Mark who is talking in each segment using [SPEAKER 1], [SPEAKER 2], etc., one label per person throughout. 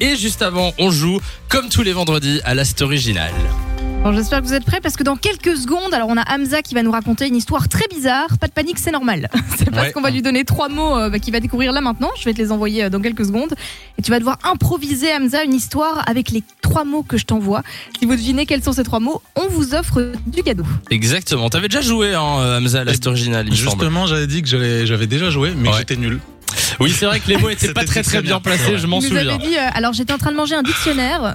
[SPEAKER 1] Et juste avant, on joue, comme tous les vendredis, à l'ast original.
[SPEAKER 2] Bon, j'espère que vous êtes prêts parce que dans quelques secondes, alors on a Hamza qui va nous raconter une histoire très bizarre. Pas de panique, c'est normal. C'est parce
[SPEAKER 1] Ouais.
[SPEAKER 2] qu'on va lui donner trois mots euh, bah, qu'il va découvrir là maintenant. Je vais te les envoyer euh, dans quelques secondes. Et tu vas devoir improviser, Hamza, une histoire avec les trois mots que je t'envoie. Si vous devinez quels sont ces trois mots, on vous offre du cadeau.
[SPEAKER 1] Exactement. T'avais déjà joué, hein, euh, Hamza, à l'ast original, il me semble.
[SPEAKER 3] Justement, j'avais dit que j'allais- j'avais déjà joué, mais que
[SPEAKER 1] Ouais.
[SPEAKER 3] j'étais nul.
[SPEAKER 1] Oui, c'est vrai que les mots étaient pas
[SPEAKER 3] C'était
[SPEAKER 1] très très
[SPEAKER 3] très
[SPEAKER 1] bien
[SPEAKER 3] bien.
[SPEAKER 1] placés, je m'en
[SPEAKER 2] vous avez
[SPEAKER 1] souviens.
[SPEAKER 2] dit, euh, alors j'étais en train de manger un dictionnaire.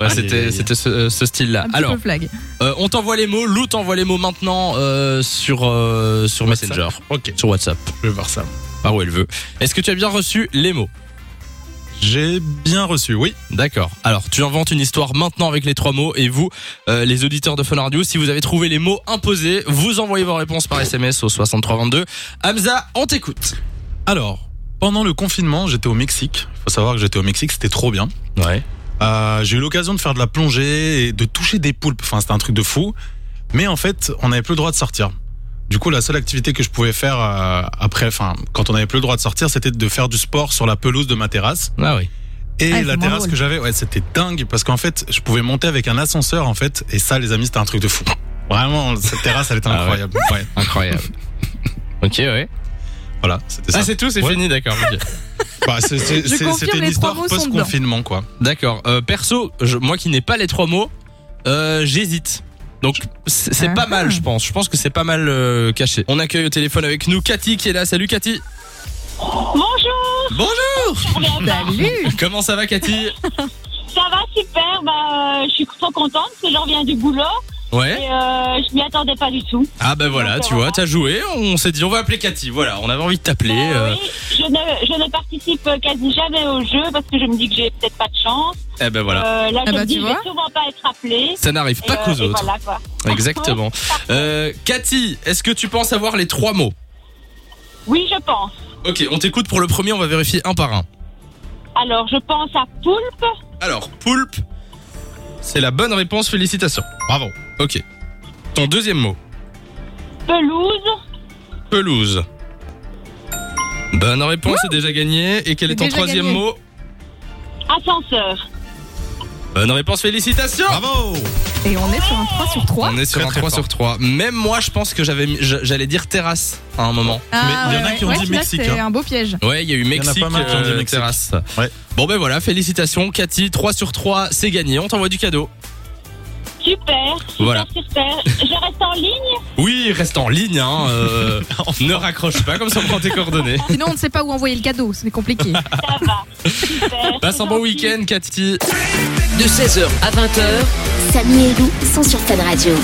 [SPEAKER 1] Ouais, c'était c'était ce, ce style-là.
[SPEAKER 2] un petit
[SPEAKER 1] Alors,
[SPEAKER 2] peu flag.
[SPEAKER 1] euh, on t'envoie les mots, Lou t'envoie les mots maintenant euh, sur, euh, sur
[SPEAKER 3] WhatsApp.
[SPEAKER 1] Messenger,
[SPEAKER 3] Ok,
[SPEAKER 1] sur WhatsApp,
[SPEAKER 3] je vais voir ça.
[SPEAKER 1] par où elle veut. Est-ce que tu as bien reçu les mots
[SPEAKER 3] J'ai bien reçu, oui.
[SPEAKER 1] D'accord. Alors, tu inventes une histoire maintenant avec les trois mots et vous, euh, les auditeurs de Fun Radio, si vous avez trouvé les mots imposés, vous envoyez vos réponses par SMS au 6322. Hamza, on t'écoute.
[SPEAKER 3] Alors, pendant le confinement, j'étais au Mexique. Faut savoir que j'étais au Mexique, c'était trop bien.
[SPEAKER 1] Ouais.
[SPEAKER 3] Euh, j'ai eu l'occasion de faire de la plongée et de toucher des poulpes. Enfin, c'était un truc de fou. Mais en fait, on n'avait plus le droit de sortir. Du coup, la seule activité que je pouvais faire euh, après, enfin, quand on n'avait plus le droit de sortir, c'était de faire du sport sur la pelouse de ma terrasse.
[SPEAKER 1] Ah oui.
[SPEAKER 3] Et
[SPEAKER 2] Ah, c'est moins
[SPEAKER 3] la terrasse
[SPEAKER 2] drôle.
[SPEAKER 3] que j'avais, ouais, c'était dingue parce qu'en fait, je pouvais monter avec un ascenseur en fait, et ça, les amis, c'était un truc de fou. Vraiment, cette terrasse, elle était
[SPEAKER 1] Ah ouais.
[SPEAKER 3] incroyable. Ouais,
[SPEAKER 1] Incroyable. ok, ouais.
[SPEAKER 3] voilà, c'était ça.
[SPEAKER 1] Ah, c'est tout, c'est
[SPEAKER 3] Ouais.
[SPEAKER 1] fini, d'accord. ok.
[SPEAKER 3] Bah, c'est- c'est-
[SPEAKER 2] Je
[SPEAKER 3] c'est-
[SPEAKER 2] confirme,
[SPEAKER 3] C'était une
[SPEAKER 2] les trois
[SPEAKER 3] histoire
[SPEAKER 2] mots sont dedans.
[SPEAKER 3] post-confinement, quoi.
[SPEAKER 1] D'accord. Euh, perso, je- moi qui n'ai pas les trois mots, euh, j'hésite. Donc c'est c'est pas
[SPEAKER 2] Ah.
[SPEAKER 1] mal, je pense. Je pense que c'est pas mal euh, caché. On accueille au téléphone avec nous Cathy qui est là. Salut Cathy.
[SPEAKER 4] Bonjour,
[SPEAKER 1] Bonjour.
[SPEAKER 2] Salut
[SPEAKER 1] Comment ça va Cathy
[SPEAKER 4] ça va super, bah, euh, je suis trop contente parce que je reviens du boulot et
[SPEAKER 1] Ouais.
[SPEAKER 4] euh, je m'y attendais pas du tout.
[SPEAKER 1] Ah ben voilà, tu vois, t'as joué. On s'est dit on va appeler Cathy. Voilà, on avait envie de t'appeler.
[SPEAKER 4] Euh,
[SPEAKER 1] euh,
[SPEAKER 4] oui, je, ne, je ne participe quasi jamais au jeu parce que je me dis que j'ai peut-être pas de chance.
[SPEAKER 1] Eh ben voilà.
[SPEAKER 4] Euh, là,
[SPEAKER 2] Ah
[SPEAKER 4] je
[SPEAKER 2] bah,
[SPEAKER 4] me dis
[SPEAKER 2] tu
[SPEAKER 4] que je
[SPEAKER 2] vois.
[SPEAKER 4] vais souvent pas être appelée.
[SPEAKER 1] Ça n'arrive pas
[SPEAKER 4] Et, euh,
[SPEAKER 1] qu'aux
[SPEAKER 4] et
[SPEAKER 1] autres.
[SPEAKER 4] voilà, quoi.
[SPEAKER 1] Exactement. Euh, Cathy, est-ce que tu penses avoir les trois mots
[SPEAKER 4] Oui, je pense.
[SPEAKER 1] Ok, on t'écoute pour le premier. On va vérifier un par un.
[SPEAKER 4] Alors, je pense à poulpe.
[SPEAKER 1] Alors, poulpe, c'est la bonne réponse, félicitations. Bravo. Ok. Ton deuxième mot,
[SPEAKER 4] Pelouse,
[SPEAKER 1] pelouse. Bonne réponse, c'est déjà gagné. Et quel est
[SPEAKER 2] C'est
[SPEAKER 1] ton
[SPEAKER 2] déjà
[SPEAKER 1] troisième
[SPEAKER 2] gagné.
[SPEAKER 1] mot
[SPEAKER 4] ascenseur.
[SPEAKER 1] Bonne réponse, félicitations
[SPEAKER 3] Bravo
[SPEAKER 2] Et on est sur un 3 sur 3.
[SPEAKER 1] On est sur
[SPEAKER 3] Très,
[SPEAKER 1] un
[SPEAKER 3] très
[SPEAKER 1] 3
[SPEAKER 3] fort.
[SPEAKER 1] sur 3. Même moi, je pense que j'avais, mis- je- j'allais dire terrasse à un moment.
[SPEAKER 3] Mais il y en a qui ont dit
[SPEAKER 2] celui-là,
[SPEAKER 3] Mexique,
[SPEAKER 2] Ah C'est
[SPEAKER 3] hein.
[SPEAKER 2] un beau piège.
[SPEAKER 1] Ouais, il y a eu
[SPEAKER 3] en a
[SPEAKER 1] Mexique,
[SPEAKER 3] pas mal qui ont dit
[SPEAKER 1] euh,
[SPEAKER 3] Mexique.
[SPEAKER 1] terrasse.
[SPEAKER 3] Ouais.
[SPEAKER 1] Bon ben voilà, félicitations Cathy, 3 sur 3, c'est gagné. On t'envoie du cadeau.
[SPEAKER 4] Super, super,
[SPEAKER 1] Voilà.
[SPEAKER 4] super. Je reste en ligne.
[SPEAKER 1] Oui, reste en ligne, hein, euh, ne raccroche pas, comme ça on prend tes coordonnées.
[SPEAKER 2] Sinon, on ne sait pas où envoyer le cadeau, c'est compliqué.
[SPEAKER 4] Ça va. Super.
[SPEAKER 1] Passe un
[SPEAKER 4] c'est
[SPEAKER 1] bon
[SPEAKER 4] gentil.
[SPEAKER 1] week-end Cathy.
[SPEAKER 5] De 16h à 20h,
[SPEAKER 6] Samy et Lou sont sur Fan Radio.